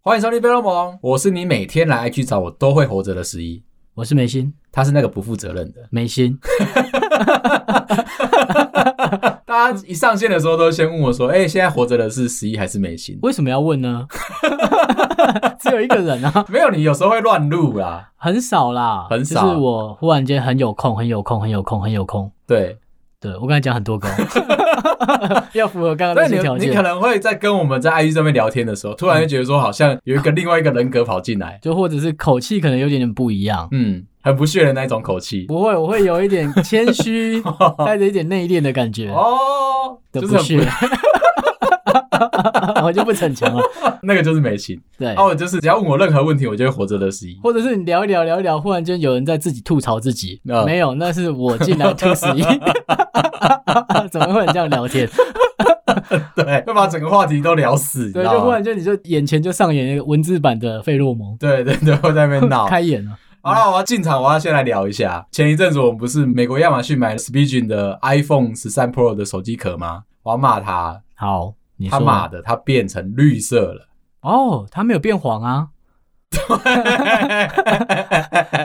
欢迎收听《贝洛蒙》，我是你每天来 IG 找我都会活着的十一，我是梅心，他是那个不负责任的。梅心，大家一上线的时候都先问我说：“哎、现在活着的是十一还是美心为什么要问 呢？只有一个人啊？”，没有，你有时候会乱录啦。很少啦，很少就是我忽然间很有空，很有空，很有空，很有空。对，对我刚才讲很多个哦， 要符合刚刚那那你些条你可件，能会在跟我们在 IG 上面聊天的时候，突然就觉得说好像有一个另外一个人格跑进来，就或者是口气可能有点点不一样。嗯，很不屑的那种口气。不会，我会有一点谦 虚，带着一点内敛的感觉哦，的就不是屑很， 我就不逞强了。 那个就是美心。对，哦，就是只要问我任何问题，我就会活着的十一。或者是你聊一聊聊一聊，忽然间有人在自己吐槽自己，啊没有，那是我进来 吐死你，怎么会有人这样聊天？对，会把整个话题都聊死，你知对，道就忽吗然间你就眼前就上演一个文字版的费洛蒙，对对对，会在那 边闹。开演了。好了，我要进场，我要先来聊一下。前一阵子我们不是美国亚马逊买了 Spigen 的 iPhone 十三 Pro 的手机壳吗？我要骂他，好，你他说妈的，它变成绿色了。哦，它没有变 黄啊，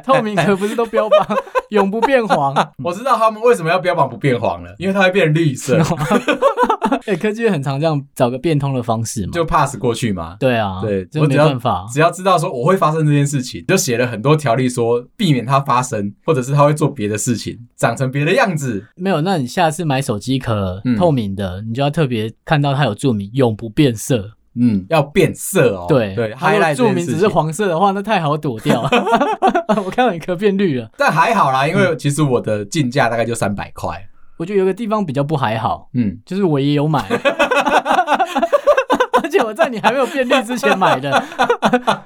透明壳不是都标榜永不变黄？我知道他们为什么要标榜不变黄了，因为它会变绿 色，嗯哎、科技业很常这样找个变通的方式嘛。就 pass 过去嘛。对啊，对这我没只要办法。只要知道说我会发生这件事情，就写了很多条例说避免它发生，或者是它会做别的事情，长成别的样子。没有，那你下次买手机壳、嗯透明的，你就要特别看到它有注明永不变色。嗯，要变色哦。对对，它如 highlight 这果注件明事只情是黄色的话，那太好躲 掉了。 我看到你壳变绿了，但还好啦，因为其实我的进价大概就三百块。我觉得有个地方比较不还好，嗯，就是我也有买， 而且我在你还没有变绿之前买的。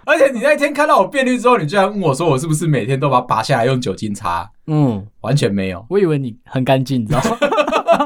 而且你那天看到我变绿之后，你居然问我说我是不是每天都把它拔下来用酒精擦？嗯，完全没有，我以为你很干净，你知道吗？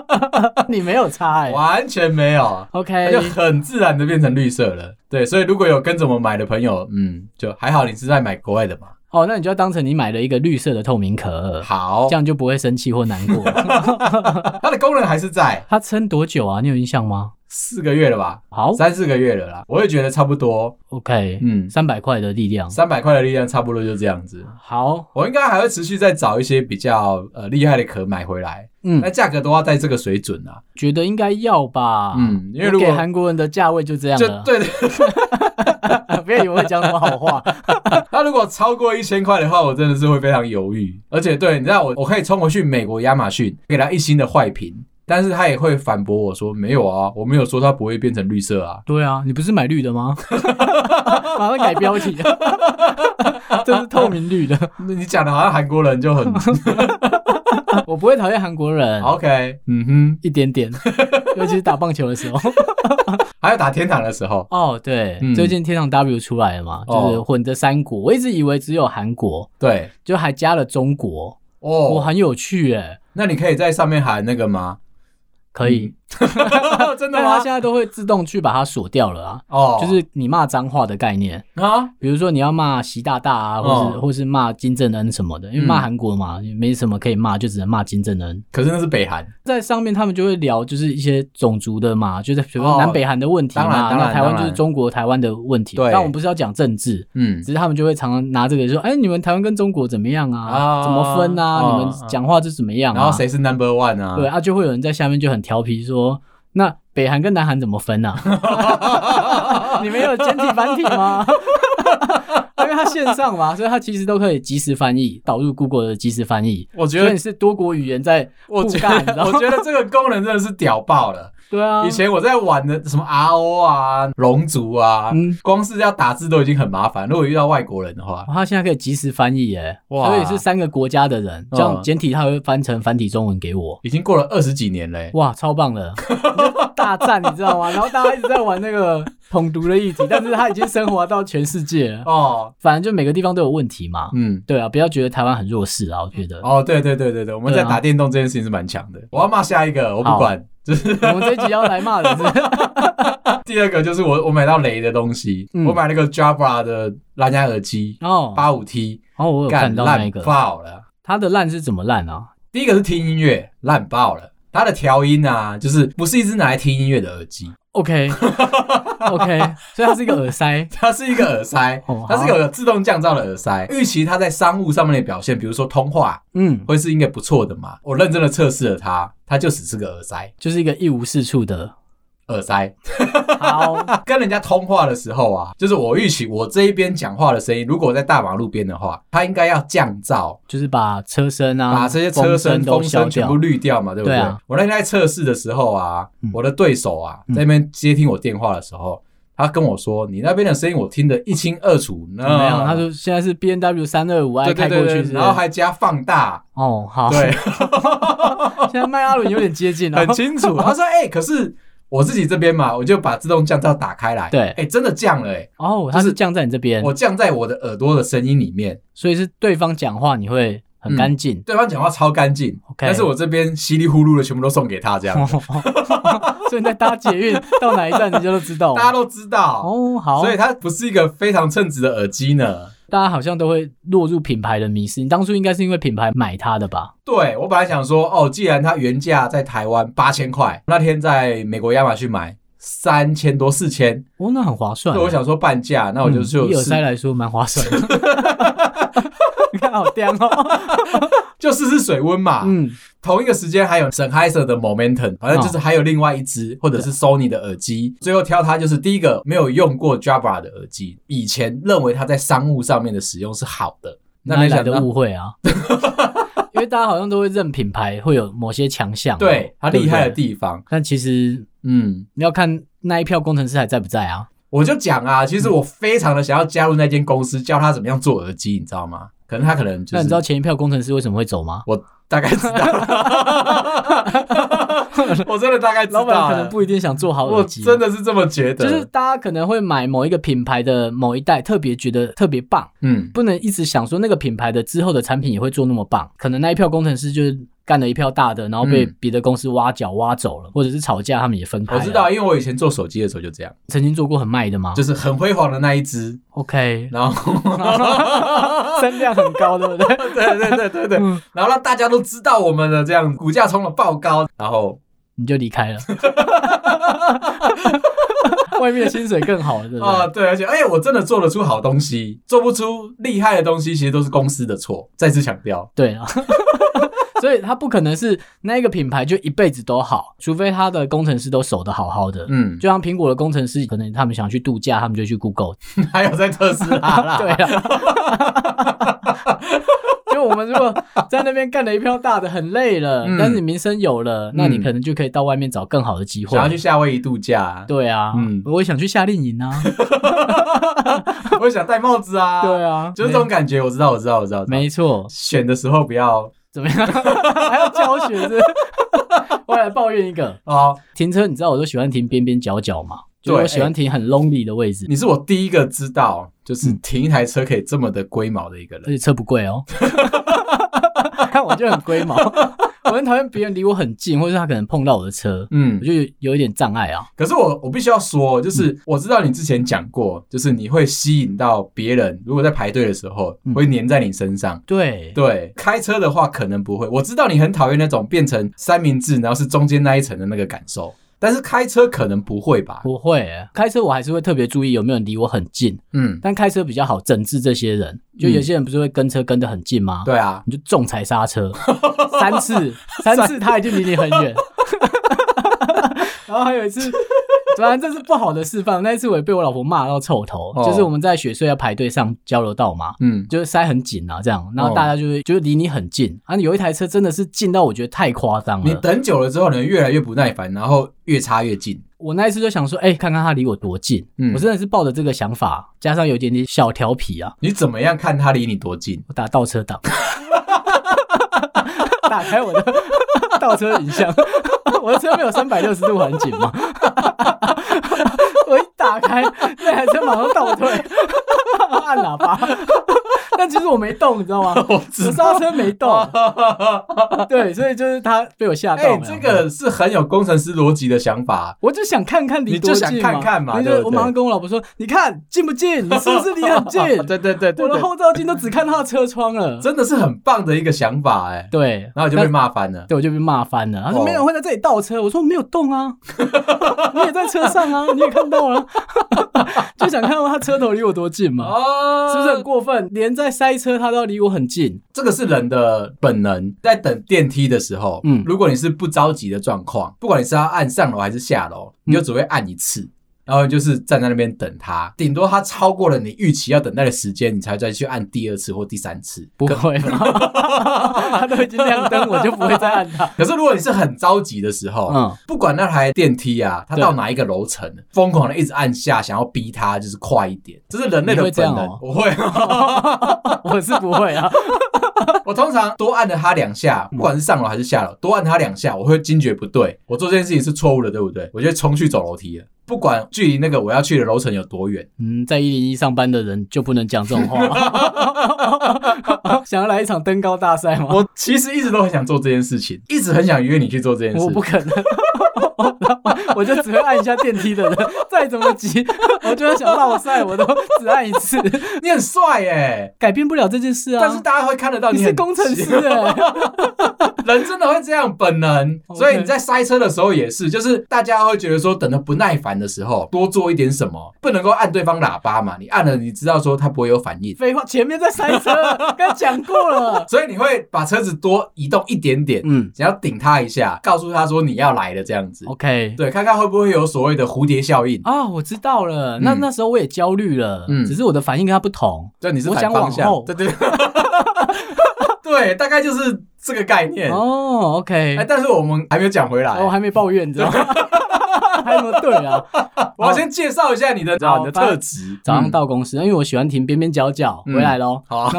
你没有差哎、完全没有，它 OK，就很自然的变成绿色了。对，所以如果有跟着我们买的朋友，嗯，就还好你是在买国外的嘛。哦，那你就要当成你买了一个绿色的透明壳，好这，样就不会生气或难过。它的功能还是在它撑多久啊？你有印象吗？四个月了吧，好三四个月了啦，我也觉得差不多。 ，OK，嗯，三百块的力量。三百块的力量差不多就这样子。好，我应该还会持续再找一些比较呃厉害的壳买回来，嗯那，价格都要在这个水准啊。觉得应该要吧。嗯，因为我如果啊给韩国人的价位就这样就了，对对 不要以为我讲什么好 话。他如果超过一千块的话，我真的是会非常犹豫。而且对，你知道我我可以冲回去美国亚马逊给他一星的坏评，但是他也会反驳我说没有啊，我没有说它不会变成绿色啊。对啊，你不是买绿 的吗？马上改标题，这是透明绿 的。那你讲的好像韩国人就 很我不会讨厌韩国人， OK，嗯哼，一 点点，尤其是打棒球的时候。还有打天堂的时候，哦，对，嗯最近天堂 W 出来了嘛，就是哦混着三国，我一直以为只有韩国，对就还加了中国，我哦，很有趣诶。那你可以在上面喊那个吗？可以，嗯， 真的但它吗现？在都会自动去把它锁掉了啊，哦，就是你骂脏话的概念。啊，比如说你要骂习大大啊，或是、哦或是骂金正恩什么的，因嗯为骂韩国嘛，没什么可以骂，就只能骂金正恩。可是那是北韩，在上面他们就会聊，就是一些种族的嘛，就是比如说哦南北韩的问题当然嘛，当然那台湾就当是然中国台湾的问题。对但我们不是要讲政治，嗯只是他们就会常常拿这个说，哎，你们台湾跟中国怎么样啊啊？怎么分啊啊？你们讲话是怎么样啊？然后谁是 number one 啊？对啊，就会有人在下面就很调皮说，那北韩跟南韩怎么分啊？ 你们有简体繁体 吗？因为它线上嘛，所以它其实都可以即时翻译，导入 Google 的即时翻译。我觉所以得你，是多国语言在我觉互尬你知得，道我 吗觉得这个功能真的是屌爆了。对啊，以前我在玩的什么 RO 啊、龙族啊，嗯光是要打字都已经很麻烦。如果遇到外国人的话，哇他现在可以及时翻译耶，哇所以是三个国家的人，嗯这样简体他会翻成繁体中文给我，已经过了二十几年嘞、哇，超棒的，你就 大战你知道吗？然后大家一直在玩那个统独的议 题，但是他已经升华到全世界了，哦，反正就每个地方都有问题嘛。嗯，对啊，不要觉得台湾很弱势啊，我觉得。哦，对对对对对，我们在对啊打电动这件事情是蛮强啊的。我要骂下一个，我不管。就是我们这一集要来骂人是不是第二个，就是我我买到雷的东西，嗯我买了个 Jabra 的蓝牙耳机哦，八五 T，哦，我有干看到那烂个，爆了。他的烂是怎么烂啊？第一个是听音乐，烂爆了。它的调音啊，就是不是一只拿来听音乐的耳机， OK OK，所以它是一个耳塞。它是一个耳塞 哦，它是一个自动降噪的耳塞。预期它在商务上面的表现，比如说通话，嗯，会是应该不错的嘛。我认真的测试了它，它就只是个耳塞，就是一个一无是处的。耳塞。啊好，跟人家通话的时候啊，就是我预期我这一边讲话的声音，如果在大马路边的话，它应该要降噪， 就是把车身啊，把这些车声声、都风消声全掉部。滤掉嘛，对不对？对啊我那天在测试的时候啊，嗯我的对手啊，嗯在那边接听我电话的时候，他跟我说：“你那边的声音我听得一清二楚。”怎么哦样？他说现在是 B N W 三二五嗯 i 对开对过对去是对不是，然后还加放大，哦好， 对，现在迈阿伦有点接近了，很清楚。他说：“哎、可是我自己这边嘛，我就把自动降噪打开来，对哎、真的降了、哎，哦，它就是是降在你这边，我降在我的耳朵的声音里面，所以是对方讲话你会很干净。对方讲话超干净 OK 哦但是我这边稀里呼噜的全部都送给他，这样、所以你在搭捷运到哪一站你就都知 道。大家都知道。哦好，所以它不是一个非常称职的耳机呢。大家好像都会落入品牌的迷失。你当初应该是因为品牌买它的吧？对我本来想说，哦，既然它原价在台湾八千块，那天在美国亚马逊买三千多四千，哦，那很划算。对我想说半价，那我就嗯就以耳试塞来说蛮划算的。 你看好颠哦，就试试水温嘛。嗯，同一个时间还有 Sennheiser 的 Momentum，反正就是还有另外一只，或者哦是 Sony 的耳机。最后挑它就是第一个没有用过 Jabra 的耳机，以前认为它在商务上面的使用是好的，那哪没里来想的到误会啊？ 因为大家好像都会认品牌会有某些强项，哦对它厉害的对不对地方。但其实嗯，你要看那一票工程师还在不在啊？我就讲啊，其实我非常的想要加入那间公司，教他怎么样做耳机，你知道吗？可能他可能就那你是知道前一票工程师为什么会走吗？我大概知 道，我真的大概知道老了，板可能不一定想做好啊我耳机，啊真的是这么觉得，就是大家可能会买某一个品牌的某一代，特别觉得特别棒，嗯，不能一直想说那个品牌的之后的产品也会做那么棒。可能那一票工程师就是干了一票大的，然后被嗯别的公司挖角挖走了，或者是吵架，他们也分开。我知道，，因为我以前做手机的时候就这样。曾经做过很卖的吗？就是很辉煌的那一只，哦 OK，然后 声量很高，对不对？ 对对对对对，嗯然后让大家都知道我们的这样，股价冲了爆高，然后你就离开了。 外面的薪水更好了，对不对？啊、对，而且哎、我真的做得出好东西，做不出厉害的东西，其实都是公司的错。再次强调，对啊，所以它不可能是那一个品牌就一辈子都好，除非它的工程师都守得好好的。嗯，就像苹果的工程师，可能他们想去度假，他们就去 Google。还有在特斯拉啦， 对啊，啊 就我们如果在那边干了一票大的，很累了，嗯但是你名声有了，那你嗯可能就可以到外面找更好的机会想。要去夏威夷度假，对啊，嗯我也想去夏令 营啊。我也想戴帽子啊，对，啊，就是这种感觉，我知道，我知道，我知道，没，没错。选的时候不要怎么样？ 还要教学是不是？ 我来抱怨一个，哦，停车，你知道我都喜欢停边边角角嘛，就是对哎我喜欢停很 lonely 的位置，你是我第一个知道，就是嗯停一台车可以这么的龟毛的一个而人，且车不贵 哦。看我就很龟毛， 我很讨厌别人离我很近，或者是他可能碰到我的车，嗯我，就有有一点障碍啊。可是我我必须要说，嗯就是我知道你之前讲过，就是你会吸引到别人，如果在排队的时候嗯会粘在你身上。对，对，开车的话可能不会。我知道你很讨厌那种变成三明治，然后是中间那一层的那个感受，但是开车可能不会吧？不会耶开车，我还是会特别注意有没有人离我很近，嗯，但开车比较好整治这些人。就有些人不是会跟车跟得很近吗？对啊，你就重踩刹车三次，三次他已经离你很远。 然后还有一次，反正这是不好的示范。那一次我也被我老婆骂到臭头，哦就是我们在雪隧要排队上交流道嘛，嗯，就是塞很紧啊，这样，然后大家就会、就是离你很近啊。有一台车真的是近到我觉得太夸张你了，等久了之后，你会越来越不耐烦，然后越插越近。我那一次就想说，哎、看看他离我多近。嗯我真的是抱着这个想法，加上有一点点小调皮啊，你怎么样看他离你多近？我打倒车档， 打开我的倒车影像，我的车没有三百六十度环景吗？我一打开，那台车马上倒退，按喇叭，但其实我没动，你知道吗？我我知道。刹车没 动，对，所以就是他被我吓到哎、了。这个是很有工程师逻辑的想法。我就想看看离你多就近想看看嘛对对不对？我马上跟我老婆说，你看近不近？你是不是离很近 啊对对对对我的对，后照镜都只看到车窗了。真的是很棒的一个想法哎、对，然后你就被骂翻了那，。对，我就被骂翻了。他说哦没有人会在这里倒车，我说没有动啊， 你也在车上啊，你也看到了， 就想看到他车头离我多近嘛，哦，是不是很过分？连在塞车他都要离我很近，这个是人的本能，在等电梯的时候，嗯嗯，如果你是不着急的状况，不管你是要按上楼还是下楼，你嗯就只会按一次，然后就是站在那边等它，顶多它超过了你预期要等待的时间，你才再去按第二次或第三次。不 会 吧？他都已经亮灯，我就不会再按他。可是如果你是很着急的时候，嗯不管那台电梯啊，它对到哪一个楼层，疯狂的一直按下，想要逼它就是快一点，这是人类的你会这本样能。哦我会，我是不会啊，我通常多按了它两下，不管是上楼还是下楼，多按它两下，我会惊觉不对，我做这件事情是错误的，对不对？我就会冲去走楼梯了，不管距离那个我要去的楼层有多远。嗯，在一零一上班的人就不能讲这种话。 想要来一场登高大赛吗？我其实一直都很想做这件事情，一直很想约你去做这件事。我不可能， 我就只会按一下电梯的人，再怎么急，我就算想落赛，我都只按一次，你很帅耶、改变不了这件事啊。但是大家会看得到你你是很哦工程师哎、人真的会这样，本能。 OK 所以你在塞车的时候也是，就是大家会觉得说，等的不耐烦的时候，多做一点什么，不能够按对方喇叭嘛。你按了，你知道说他不会有反应，废话，前面在塞车，刚才讲过了。所以你会把车子多移动一点点，嗯想要顶他一下，告诉他说你要来了这样子。 ，OK。对，看看会不会有所谓的蝴蝶效应。啊、我知道了。那嗯那时候我也焦虑了，嗯只是我的反应跟他不同。就你是我反想方往向后对对对， 对，大概就是这个概念。哦，OK，哎，但是我们还没有讲回来，我哦还没抱怨，你知道 吗？还有什么对啊？我要先介绍一下你的好你的反特质。早上嗯到公司，因为我喜欢停边边角角，嗯回来喽。好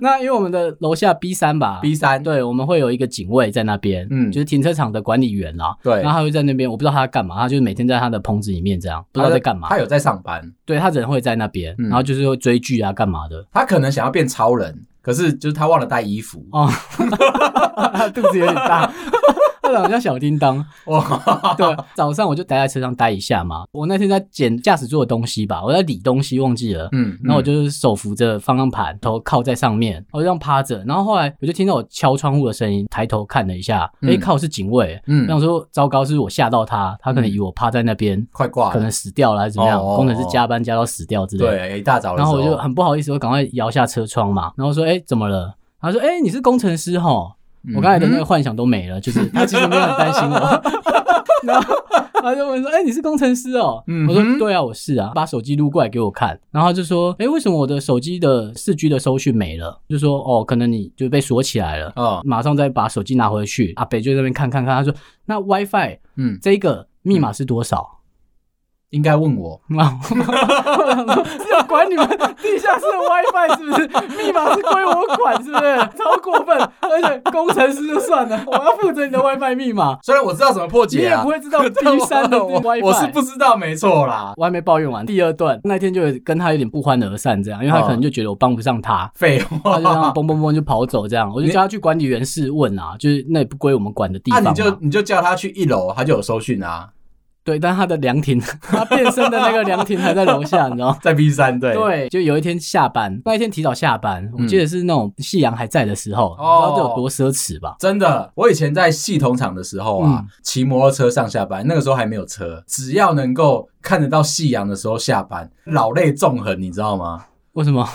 那因为我们的楼下 B 三吧 B 三对，我们会有一个警卫在那边，嗯就是停车场的管理员啦。对然后他会在那边，我不知道他在干嘛，他就是每天在他的棚子里面这样，不知道在干嘛他。有在上班，对他人会在那边，嗯然后就是会追剧啊，干嘛的。他可能想要变超人，可是就是他忘了带衣服。哦， 他肚子有点大，他长得像小叮当。 哇，对，早上我就待在车上待一下嘛。我那天在捡驾驶座的东西吧，我在理东西忘记了。嗯，然后我就是手扶着方向盘，头靠在上面，我就这样趴着。然后后来我就听到我敲窗户的声音，抬头看了一下，嗯诶，靠，是警卫。嗯我想说，糟糕，是不是我吓到他，他可能以为我趴在那边，快挂可了，能死掉了还是怎么样，啊哦哦哦工程师加班加到死掉之类的。对，一大早的然时后候，我就很不好意思，我赶快摇下车窗嘛，然后说，诶，怎么了？他说，诶，你是工程师吼。嗯我刚才的那个幻想都没了，就是他其实没有很担心我。然后他就问说：“哎、你是工程师哦？”嗯哼我说：“对啊，我是啊。”把手机撸过来给我看，然后他就说：“哎、为什么我的手机的四 G 的收讯没了？”就说：“哦，可能你就被锁起来了。”哦，马上再把手机拿回去。阿北就在那边看看看，他说：“那 WiFi 嗯，这个密码是多少？”应该问我，啊！我想说是要管你们地下室的 WiFi 是不是？密码是归我管，是不是？超过分！而且工程师就算了，我要负责你的 WiFi 密码，虽然我知道怎么破你解也啊，不会知道 B 三 的 WiFi。我是不知道，没错啦，我还没抱怨完，第二段那天就跟他有点不欢而散，这样，因为他可能就觉得我帮不上他，废他就这样话。嘣嘣嘣就跑走，这样，我就叫他去管理员室问啊，就是那也不归我们管的地那方嘛、啊你就你就叫他去一楼，他就有收讯啊，对，但他的凉亭，他变身的那个凉亭还在楼下，你知道吗？在 B 三对，对，就有一天下班，那一天提早下班，我记得是那种夕阳还在的时候，你知哦道这有多奢侈吧？真的，我以前在系统厂的时候啊嗯，骑、摩托车上下班，那个时候还没有车，只要能够看得到夕阳的时候下班，老泪纵横，你知道吗？为什么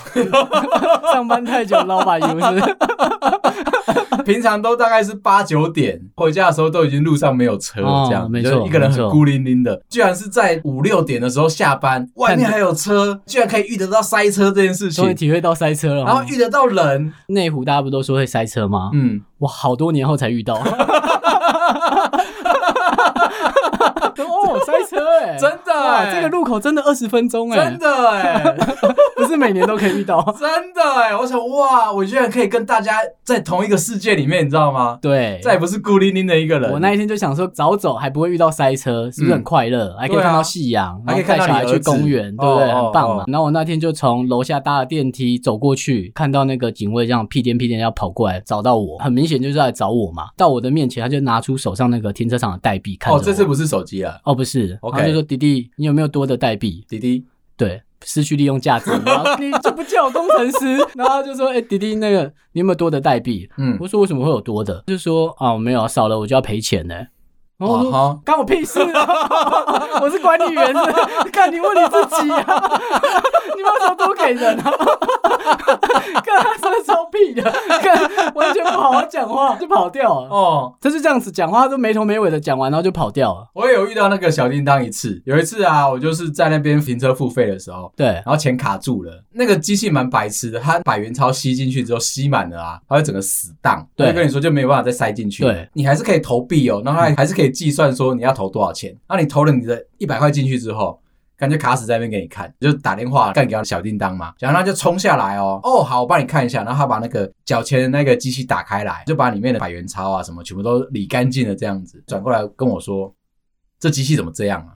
上班太久捞把油是不是？ 平常都大概是八九点，回家的时候都已经路上没有车，哦这样、没就错是一个人没很错孤零零的，居然是在五六点的时候下班，外面还有车，居然可以遇得到塞车这件事终于情，体会到塞车了哦。然后遇得到人，内湖大家不都说会塞车吗？嗯，我好多年后才遇到。哦，塞车哎、真的欸 嗯欸哇这个路口真的二十分钟哎、欸 真的哎、不是每年都可以 遇到。真的哎、我想哇，我居然可以跟大家在同一个世界里面，你知道吗？对，再也不是孤零零的一个人。我那一天就想说，早走还不会遇到塞车，是不是很快乐？还可以看到夕阳，嗯啊还然可以后看到带小你孩去儿子公园，对哦不对？哦很棒哦嘛。然后我那天就从楼下搭了电梯走过去，看到那个警卫这样屁颠屁颠要跑过来找到我，很明显就是来找我嘛。到我的面前，他就拿出手上那个停车场的代币，看着哦，我。这次不是手机了，哦不是，然 OK 后就说弟弟，你有没有多的代币？弟弟，对。失去利用价值，然后你这不叫我工程师， 然后就说，哎、弟弟，那个你有没有多的代币？嗯，我说为什么会有多的？就说啊，没有啊少了我就要赔钱呢、然后我说、啊哈干我屁事啊！ 我是管理员是不是，看你问你自己啊！ 你们为什么多给人啊？ 看他真的超屁的，看完全不好好讲话就跑掉了。哦，他是这样子讲话，都没头没尾的讲完，然后就跑掉了。我也有遇到那个小叮当一次，有一次啊，我就是在那边停车付费的时候。对，然后钱卡住了，那个机器蛮白痴的，它百元钞吸进去之后吸满了啊，它会整个死档，对它就跟你说就没有办法再塞进去。对，嗯你还是可以投币哦，然后还还是可以计算说你要投多少钱。那你投了你的一百块进去之后，感觉卡死在那边给你看，就打电话干掉小叮当嘛，然后他就冲下来哦，哦好，我帮你看一下，然后他把那个缴钱的那个机器打开来，就把里面的百元钞啊什么全部都理干净了，这样子转过来跟我说，这机器怎么这样啊？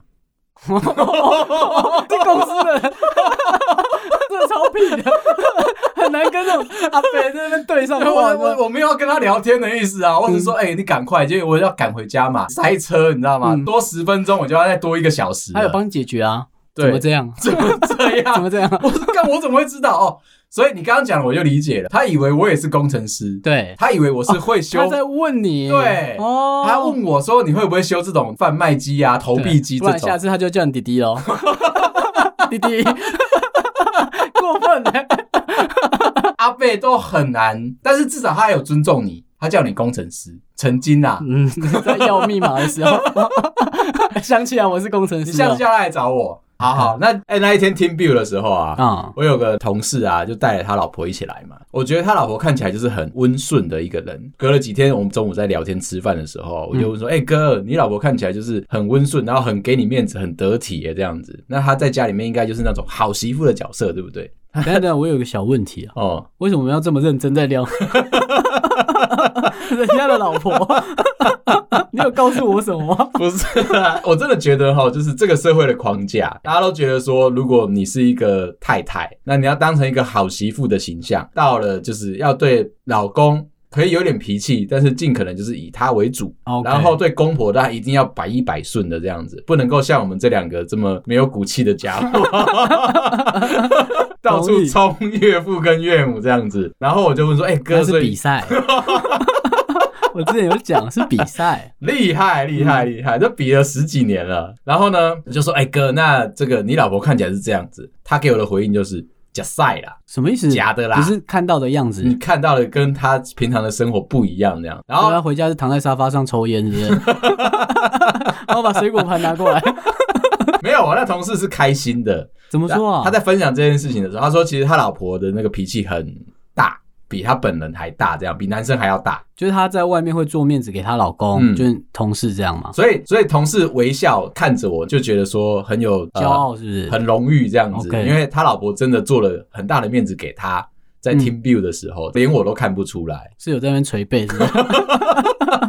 这公司的人 真的超屁的，很难跟那种阿北在那边对上 我话。你知道吗我我没有要跟他聊天的意思嗯啊，我只是说，哎、你赶快，因为我要赶回家嘛，塞车，你知道吗？嗯多十分钟，我就要再多一个小时了。他有帮你解决啊？对怎么这样？怎么 这怎样？么这样？我 是干，我怎么会知道哦？所以你刚刚讲，我就理解了。他以为我也是工程师，对，哦他以为我是会修，他在问你，对哦，他问我说你会不会修这种贩卖机啊、投币机不这然下种？次他就叫你弟 弟喽，弟弟，过分了、阿贝都很难，但是至少他有尊重你，他叫你工程师，曾经啊，嗯，在要密码的时候，想起来我是哦嗯工程你师啊下了次，叫他来找我。好好，那哎、那一天 team build 的时候啊，啊、我有个同事啊，就带了他老婆一起来嘛。我觉得他老婆看起来就是很温顺的一个人。隔了几天，我们中午在聊天吃饭的时候，我就问说：“哎、哥，你老婆看起来就是很温顺，然后很给你面子，很得体耶，这样子。那她在家里面应该就是那种好媳妇的角色，对不对等等等，我有个小问题啊，？”哦，为什么我们要这么认真 在聊？人家的老婆，你有告诉我什么吗？不是啊， 我真的觉得哈，就是这个社会的框架，大家都觉得说，如果你是一个太太，那你要当成一个好媳妇的形象，到了就是要对老公。可以有点脾气，但是尽可能就是以他为主 OK 然后对公婆，大家一定要百依百顺的这样子，不能够像我们这两个这么没有骨气的家伙， 到同处意冲岳父跟岳母这样子。然后我就问说：“哎、哥，那所是以 比赛。我之前有讲是比赛，厉害厉嗯害厉害，这比了十几年了。然后呢，我就说，哎、哥，那这个你老婆看起来是这样子，她给我的回应就是假赛啦，什么意思？假的啦不是看到的样子。你看到的跟她平常的生活不一样那样。然然后后他啊回家是躺在沙发上抽烟，是不是？ 然后把水果盘拿过来，没有，我那同事是开心的，怎么说啊？他在分享这件事情的时候，他说其实他老婆的那个脾气很大，比他本人还大，这样比男生还要大。就是她在外面会做面子给她老公，嗯就是同事这样嘛，所以，所以同事微笑看着我，就觉得说很有呃骄傲是不是？很荣誉这样子 OK 因为他老婆真的做了很大的面子给他，在嗯 team build 的时候，连我都看不出来，是有在那边捶背是不是？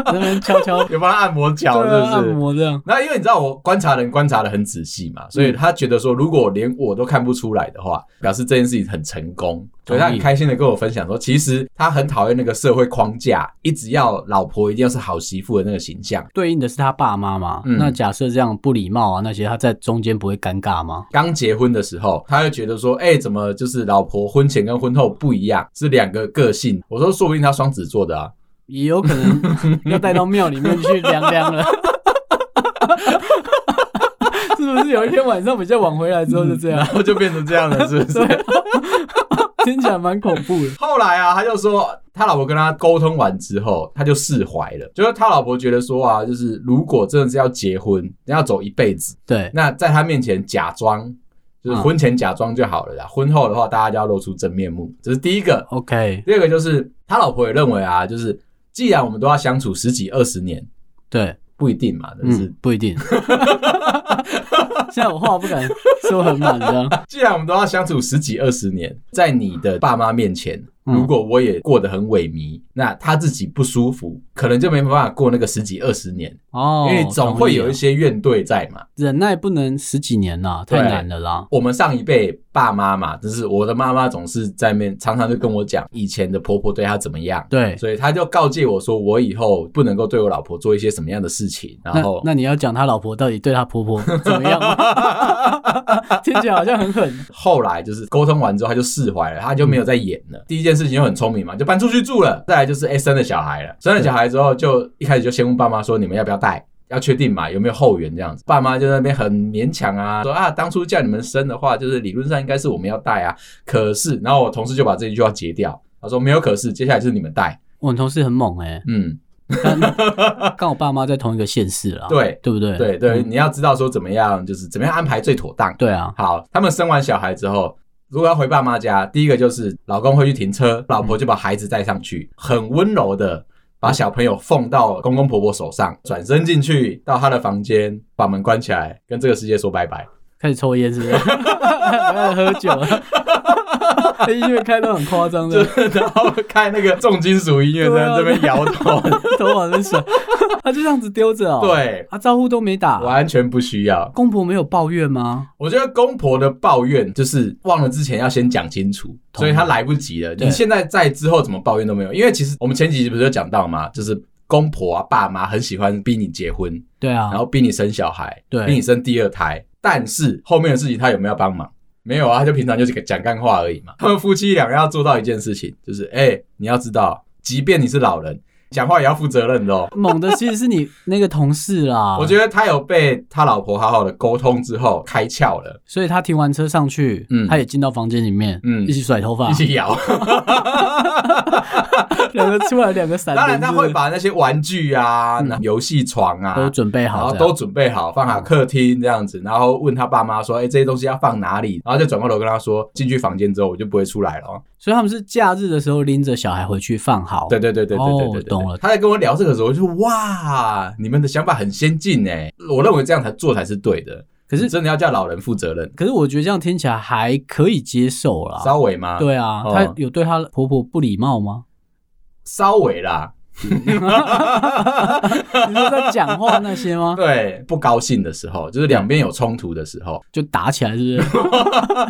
在那边敲敲，有帮他按摩脚对啊是按不是？摩这样。那因为你知道我观察人观察的很仔细嘛，所以他觉得说，如果连我都看不出来的话，表示这件事情很成功，所以他很开心的跟我分享说，其实他很讨厌那个社会框架，一直要老婆一定要是好媳妇的那个形象。对应的是她爸妈嘛？嗯那假设这样不礼貌啊那些，她在中间不会尴尬吗？刚结婚的时候，他就觉得说，哎、怎么就是老婆婚前跟婚后不一样，是两个个性？我说，说不定他双子座的啊。 也有可能要带到庙里面去凉 凉了。 是不是有一天晚上比较晚回来之后就这样然？后就变成这样了，是不是？听起来蛮恐怖的。后来啊，他就说他老婆跟他沟通完之后，他就释怀了，就是他老婆觉得说啊，就是如果真的是要结婚，要走一辈子，对，那在他面前假装。就是婚前假装就好了啦，婚后的话大家就要露出真面目，这是第一个。 OK，第二个就是他老婆也认为啊，就是既然我们都要相处十几二十年，对，嗯不一定嘛，但是嗯，不一定。现在我话不敢说很满，这样。 既然我们都要相处十几二十年，在你的爸妈面前，嗯如果我也过得很萎靡，那他自己不舒服，可能就没办法过那个十几二十年，哦因，为总会有一些些怨怼在嘛。忍耐不能十几年啦，对太难了啦。我们上一辈爸妈嘛，就是我的妈妈总是在面常常就跟我讲以前的婆婆对她怎么样，对，所以她就告诫我说，我以后不能够对我老婆做一些什么样的事情。然那后那你要讲他老婆到底对他婆婆怎么 样吗？听起来好像很狠。后来就是沟通完之后，她就释怀了，她就没有再演了。第一件事情就很聪明嘛，就搬出去住了。再来就是哎、生了小孩了，生了小孩之后就一开始就先问爸妈说你们要不要带。要确定嘛，有没有后援这样子？爸妈就在那边很勉强啊，说啊，当初叫你们生的话，就是理论上应该是我们要带啊。可是，然后我同事就把这一句话截掉，他说没有可是，接下来就是你们带。我同事很猛哎、嗯，跟我爸妈在同一个县市啦，对对不对？对对，嗯你要知道说怎么样，就是怎么样安排最妥当。对啊，好，他们生完小孩之后，如果要回爸妈家，第一个就是老公会去停车，老婆就把孩子带上去，很温柔的把小朋友奉到公公婆婆手上，转身进去到他的房间，把门关起来，跟这个世界说拜 拜。开始抽烟是不是？ 开始喝酒 了，音乐开到很夸张就的，是然后看那个重金属音乐对在啊这边摇头， 头往那甩，他就这样子丢着哦。，对，啊，招呼都没打，完全不需要。公婆没有抱怨吗？我觉得公婆的抱怨就是忘了之前要先讲清楚，同所意以他来不及了。对你现在在之后怎么抱怨都没有，因为其实我们前几集不是有讲到吗？就是公婆啊、爸妈很喜欢逼你结婚，对啊，然后逼你生小孩，对逼你生第二胎，但是后面的事情他有没有帮忙？没有啊，他就平常就是讲干话而已 嘛。他们夫妻两个要做到一件事情，就是哎、你要知道，即便你是老人，讲话也要负责任的哦。猛的其实是你那个同事啦， 我觉得他有被他老婆好好的沟通之后开窍了，所以他停完车上去，嗯他也进到房间里面，嗯一起甩头发一，起摇。 两个出来两个闪，当然，他会把那些玩具啊、嗯然后游戏床啊，都准备然好后这都样，嗯准备好，放好客厅这样子，然后问他爸妈说：“哎、这些东西要放哪里？”然后就转过头跟他说：“进去房间之后，我就不会出来了哦。所以他们是假日的时候拎着小孩回去放好，对对对对对对对对哦懂了他在跟我聊这个时候，我就说：“哇，你们的想法很先进哎！我认为这样才做才是对的。可是真的要叫老人负责任，可是我觉得这样听起来还可以接受啦。稍微吗？，对啊，哦她有对她婆婆不礼 貌吗？稍微啦。你说在讲话那些 吗？对，不高兴的时候，就是两边有冲突的时候，就打起来是 不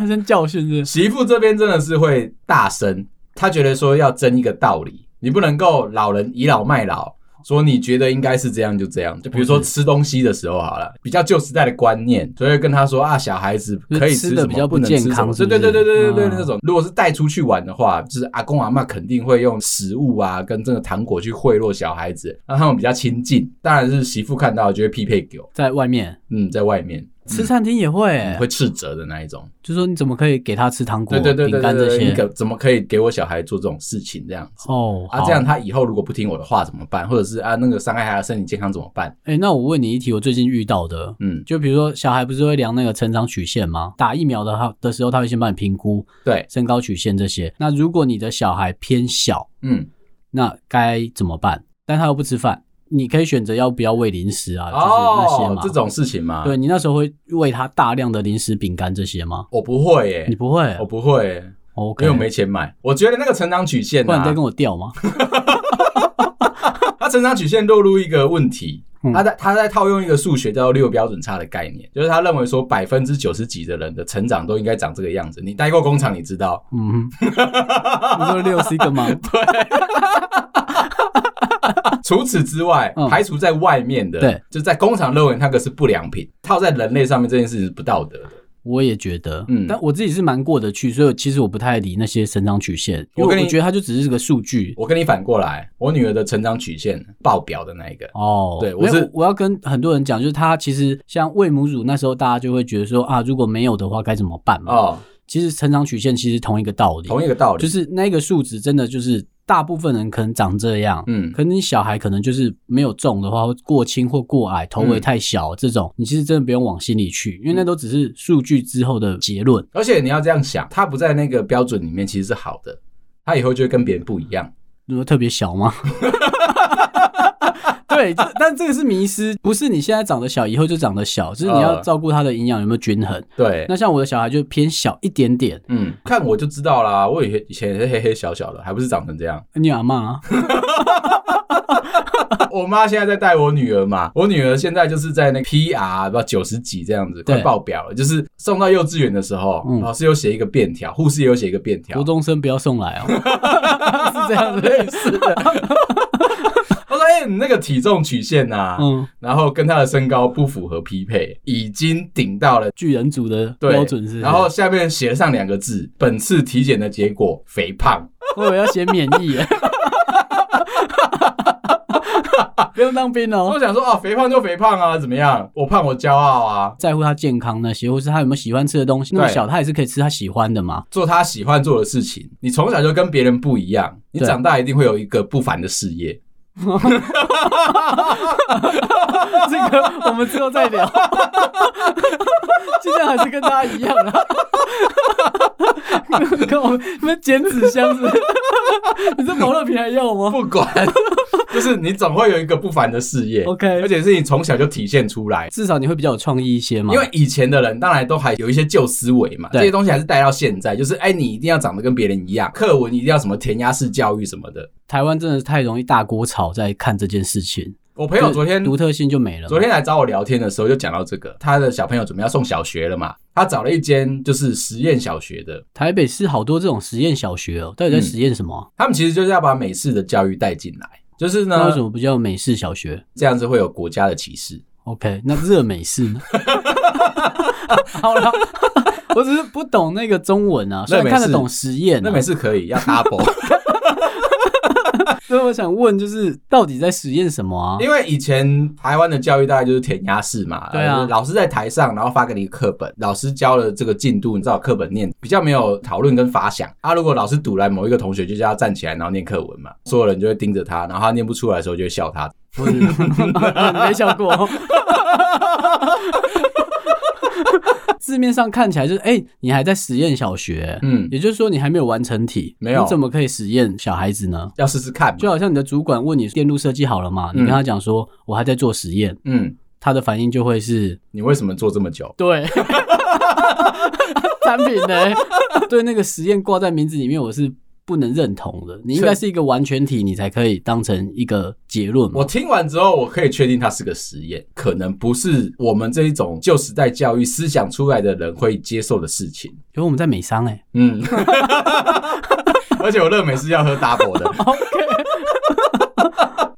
是？真教训是不是？媳妇这边真的是会大声，她觉得说要争一个道理，你不能够老人倚老卖老，说你觉得应该是这样就这样。就比如说吃东西的时候好了，比较旧时代的观念，所以会跟他说啊，小孩子可以吃就是吃得什比较么，不不能吃健什康么。是对不是对对对对对，嗯那种如果是带出去玩的话，就是阿公阿妈肯定会用食物啊跟这个糖果去贿赂小孩子，让他们比较亲近。当然是媳妇看到就会匹配狗，在外面嗯，在外面。吃餐厅也会、欸会斥责的那一种，就说你怎么可以给她吃糖果、对对对饼对干这对对，你些？可怎么可以给我小孩做这种事情这样子？哦，啊，好这样他以后如果不听我的话怎么办？或者是啊，那个伤害他的身体健康怎么办？哎、那我问你一题，我最近遇到的，嗯，就比如说小孩不是会量那个成长曲线吗？打疫苗的话的时候，他会先帮你评估对，身高曲线这些。那如果你的小孩偏小，嗯，那该怎么办？但他又不吃饭，你可以选择要不要喂零食啊，就是那些哦嘛。，这种事情嘛，对，你那时候会喂他大量的零食、饼干这些吗？我不会耶、你不会哦我不会耶、 ，OK，因为我哦没钱买。我觉得那个成长曲线不然你再啊跟，我调吗？它成长曲线落入一个问题嗯。他在他在套用一个数学叫做六标准差的概念，就是他认为说百分之九十几的人的成长都应该长这个样子。你待过工厂，你知道， 嗯，你说六 C 个吗？除此之外，嗯排除在外面的，对，就在工厂认为那个是不良品，套在人类上面这件事是不道德的。我也觉得，嗯但我自己是蛮过得去，所以其实我不太理那些成长曲线，因我为跟我你觉得它就只是个数据。我跟你反过来，我女儿的成长曲线爆表的那一个，哦，对我没有是我要跟很多人讲，就是它其实像喂母乳那时候，大家就会觉得说啊，如果没有的话该怎么办嘛？哦，其实成长曲线其实同一个道理，同一个道理，就是那个数值真的就是大部分人可能长这样，嗯，可能你小孩可能就是没有重的话，或过轻或过矮，头嗯围太小、这种，你其实真的不用往心里去，因为那都只是数据之后的结论。而且你要这样想，她不在那个标准里面其实是好的，她以后就会跟别人不一样。你说特别小吗？ 对，这但这个是迷失，不是你现在长得小，以后就长得小，就是你要呃照顾它的营养有没有均衡。对，那像我的小孩就偏小一点点，嗯，看我就知道啦。我以前以前也是黑黑小小的，还不是长成这样。你有阿妈、啊， 我妈现在在带我女儿嘛，我女儿现在就是在那个 PR 不九十几这样子，对快爆表了。就是送到幼稚园的时候，嗯老师有写一个便条，护士也有写一个便条 国。中生不要送来哦，是这样子类似的， 我说：“哎、你那个体重曲线呐、嗯，然后跟她的身高不符合匹配，已经顶到了。”巨人族的对，标准是不是，然后下面写上两个字：本次体检的结果，肥胖。 我以为要写免疫耶， 不用当兵哦，我想说，哦，肥胖就肥胖啊，怎么样？我胖我骄傲啊，在乎他健康那些，或是他有没有喜欢吃的东西，那么对小他也是可以吃他喜欢的嘛，做他喜欢做的事情。你从小就跟别人不一样，你对长大一定会有一个不凡的事业。 这个我们之后再聊。 尽量还是跟大家一样啊， 跟我们你们剪纸箱子，你这毛乐皮还要吗不管， 就是你总会有一个不凡的事业，而？OK，且是你从小就体现出来。至少你会比较有创意一些嘛，因为以前的人当然都还有一些旧思维嘛，嗯对这些东西还是带到现在，就是哎，你一定要长得跟别人一样，课文一定要什么填鸭式教育什么的。台湾真的是太容易大锅炒在看这件事情，我朋友昨天独特性就没了嘛。昨天来找我聊天的时候，就讲到这个，他的小朋友准备要送小学了嘛，他找了一间就是实验小学的，台北市好多这种实验小学哦，嗯到底在实验什么啊？他们其实就是要把美式的教育带进来，就是那呢为什，么不叫美式小学这样子会有国家的歧视。 ？OK，那热美式呢？ 好了，我只是不懂那个中文啊，虽然热美看式得懂实验、那啊美，式可以要 double，所以我想问，就是到底在实验什么啊？因为以前台湾的教育大概就是填鸭式嘛，对啊老师在台上，然后发给你一个课本，老师教了这个进度，你知道课本念比较没有讨论跟发想啊。如果老师堵来某一个同学，就叫他站起来，然后念课文嘛，所有人就会盯着他，然后他念不出来的时候就会笑他，我只 没笑过。字面上看起来就是，哎、你还在实验小学， 嗯，也就是说你还没有完成体，没有你怎么可以实验小孩子呢？要试试看嘛，就好像你的主管问你电路设计好了嘛，你跟他讲说、我还在做实验，嗯。他的反应就会是你为什么做这么久？对。 产品呢？对那个实验挂在名字里面，我是不能认同的。你应该是一个完全体，你才可以当成一个结论嘛。我听完之后，我可以确定它是个实验，可能不是我们这一种旧时代教育思想出来的人会接受的事情。因为我们在美商 哎、嗯，而且我乐美是要喝 double 的。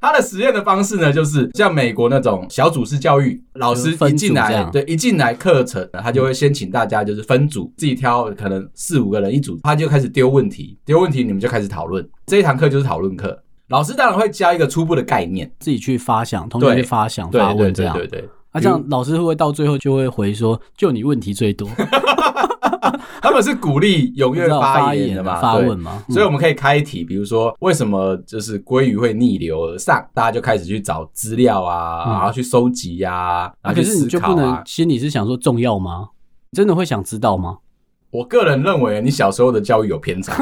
他的实验的方式呢，就是像美国那种小组式教育，老师就是分一组进这来，样对，一进来课程，他就会先请大家就是分组，自己挑可能四五个人一组，他就开始丢问题，丢问题你们就开始讨论。这一堂课就是讨论课，老师当然会教一个初步的概念，自己去发想，同学去发想对发对问这对样。对对。那、这样老师会不会到最后就会回说，就你问题最多，他们是鼓励踊你跃知道发发言的言啊嘛？发对问。吗？嗯所以我们可以开一题，比如说为什么就是鲑鱼会逆流而上，大家就开始去找资料啊，嗯然后去收集呀、啊，啊，然可后去是你思就考不能啊。心里是想说重要吗？真的会想知 道吗？我个人认为你小时候的教育有偏 差，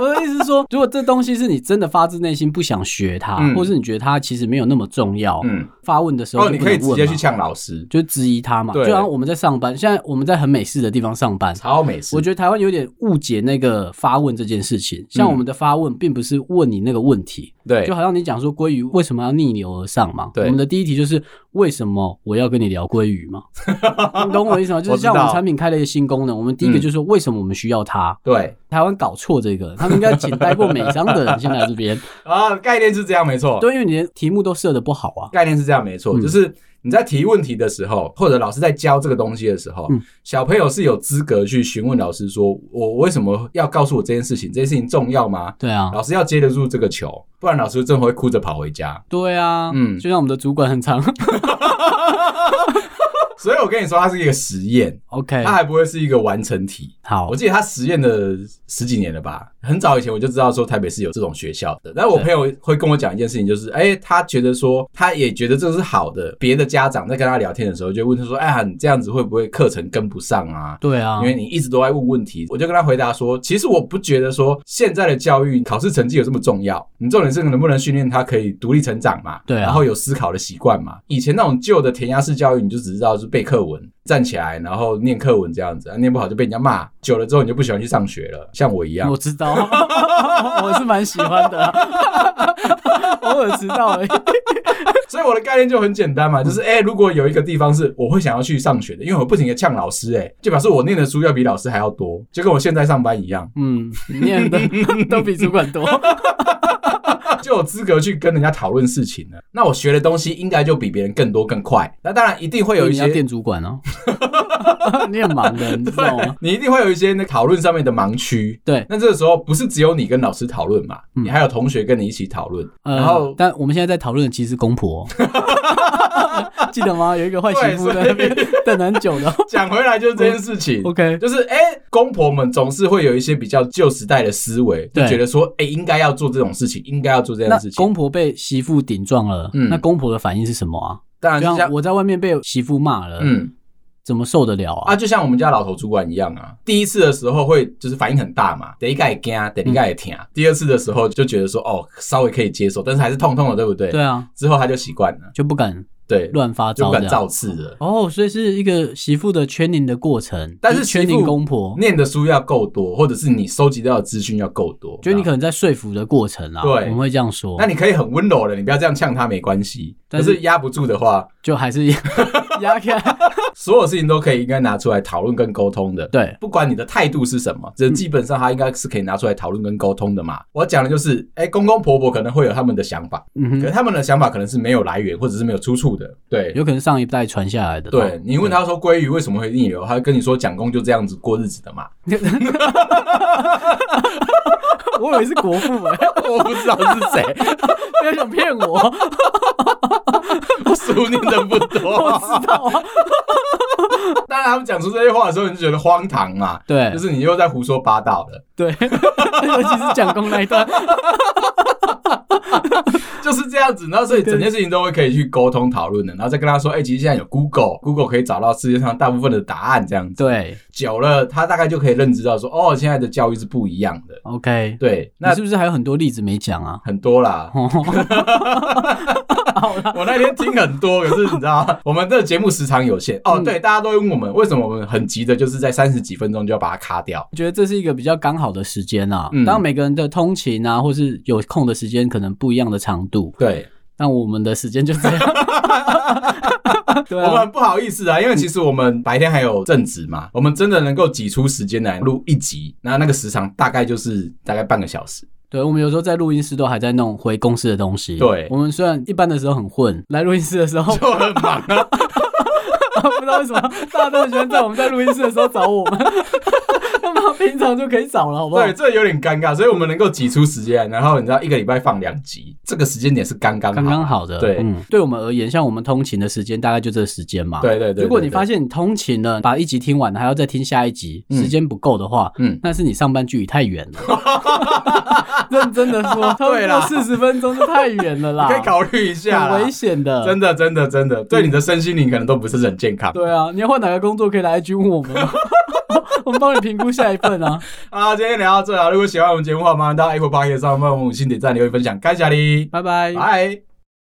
我的意思是说，如果这东西是你真的发自内心不想学它，嗯或是你觉得它其实没有那么重要，嗯，发问的时候哦，就你不可以能直问接嘛去呛老师，就质疑它嘛。对就像我们在上班，现在我们在很美式的地方上班。超美式。我觉得台湾有点误解那个发问这件事情，像嗯我们的发问并不是问你那个问题，对就好像你讲说鲑鱼为什么要逆流而上嘛？对我们的第一题就是为什么我要跟你聊鲑鱼 嘛？你懂我的意思吗？就我是知像我们道嗯产品开了一个新功能，我们第一个就是说为什么我们需要它？对台湾搞错这个，他们应该请待过美商的人先来 这边，啊，概念是这样没错，对，因为你的题目都设的不好啊。概念是这样没错，嗯就是你在提问题的时候，或者老师在教这个东西的时候，嗯小朋友是有资格去询问老师说，我为什么要告诉我这件事情？这件事情重要吗？对啊，老师要接得住这个球，不然老师真的会哭着跑回家。对啊，嗯嗯，就像我们的主管很常 所以我跟你说，它是一个实验， ，OK，啊它还不会是一个完成体。好我，记得它实验了十几年了吧？很早以前我就知道说台北市有这种学校的，但我朋友会跟我讲一件事情，就是哎、他觉得说他也觉得这是好的。别的家长在跟他聊天的时候，就问他说：“哎呀，你这样子会不会课程跟不上啊？”对啊因，为你一直都在问问题，我就跟他回答说，其实我不觉得说现在的教育考试成绩有这么重要，你重点是能不能训练他可以独立成长嘛，对啊然后有思考的习惯嘛。以前那种旧的填鸭式教育，你就只知道是背课文，站起来然后念课文这样子，啊、念不好就被人家骂，久了之后你就不喜欢去上学了，像我一样我。知道， 我是蛮喜欢的，啊 偶尔迟到而已。所以我的概念就很简嗯单嘛，就是哎、如果有一个地方是我会想要去上学的，因为我不停的呛老师、哎，就表示我念的书要比老师还要多，就跟我现在上班一样。嗯，念 的都比主管多。就有资格去跟人家讨论事情了。那我学的东西应该就比别人更多更快。那当然一定会有一你要些，电主管哦， 你很忙的，你知道对吗？， 你一定会有一些那讨论上面的盲区。对，那这个时候不是只有你跟老师讨论嘛，嗯你还有同学跟你一起讨论。呃然后但我们现在在讨论的其实是公婆，哦 记得吗？有一个坏媳妇在那边等很 久的。讲回来就是这件事 情。 OK，就是哎、公婆们总是会有一些比较旧时代的思维，就对觉得说，哎、应该要做这种事情，应该要做这件那事情。公婆被媳妇顶撞了，嗯那公婆的反应是什么啊？当然就就像像，我在外面被媳妇骂了，嗯怎么受得了啊啊，？就像我们家老头主管一样啊，第一次的时候会就是反应很大嘛，第一个也惊，第二个也嗯疼。第二次的时候就觉得说哦，稍微可以接受，但是还是痛痛的，对不对？对。啊，之后他就习惯了，就不敢对，乱发就招不这敢样。造次了。哦，所以是一个媳妇的 training 的过程，但是媳 training 妇公婆，念的书要够多，或者是你收集到的资讯要够多。就你可能在说服的过程啦，对我们会这样说那，你可以很温柔的，你不要这样呛他没关系。但但是是压不住的话，就还是 压开。所有事情都可以应该拿出来讨论跟沟通的。对，不管你的态度是什么，这基本上他应该是可以拿出来讨论跟沟通的嘛。我讲的就是，哎、公公婆婆可能会有他们的想法，嗯可是哼，他们的想法可能是没有来源，或者是没有出处的。对，有可能上一代传下来的。哦对你问他说鲑鱼为什么会逆流，他会跟你说蒋公就这样子过日子的嘛。我以为是国父哎， 我不知道是谁，不要想骗 我，我 书念的不我多。知道啊。 当然，他们讲出这些话的时候，你就觉得荒唐嘛，对，就是你又在胡说八道了。对， 尤其是蒋公那一段， 就是这样子，然后所以整件事情都会可以去沟通讨论的，然后再跟他说，哎、其实现在有 Google，Google 可以找到世界上大部分的答案，这样子对久了，他大概就可以认知到说，哦，现在的教育是不一样的。 ，OK。对，那那是不是还有很多例子没讲啊？很多啦。 我那天听很多，可是你知道，我们这个节目时长有限哦。嗯对，大家都会问我们为什么我们很急的，就是在三十几分钟就要把它卡掉。我觉得这是一个比较刚好的时间啊。嗯当然每个人的通勤啊，或是有空的时间，可能不一样的长度。对，但我们的时间就 这样。对我们啊，很不好意思啊，因为其实我们白天还有正职嘛，我们真的能够挤出时间来录一集，那那个时长大概就是大概半个小时。 对，我们有时候在录音室都还在弄回公司的东西。对我们虽然一般的时候很混，来录音室的 时候，就很忙啊，不知道为什么大家都很喜欢在我们在录音室的时候找我 们，他们平常就可以找了，好不好对，？这有点尴尬，所以我们能够挤出时间，然后你知道一个礼拜放两集，这个时间点是刚刚刚刚好的，对嗯，对我们而言，像我们通勤的时间大概就这时间嘛。对对对对如果你发现你通勤了，把一集听完，还要再听下一集，嗯时间不够的话，嗯那是你上班距离太远了。 认真的说，对啦四十分钟就太远了啦，可以考虑一下啦很危险的，真的。的真的真的，对你的身心灵可能都不是很健康。对啊，你要换哪个工作可以来 IG 问我们吗？ 我们帮你评估下一份啊。好，今天聊到这啊，如果喜欢我们节目的话，麻烦到 Apple Podcast 上帮我们五星点赞、留言、分享，感谢你，拜拜。拜。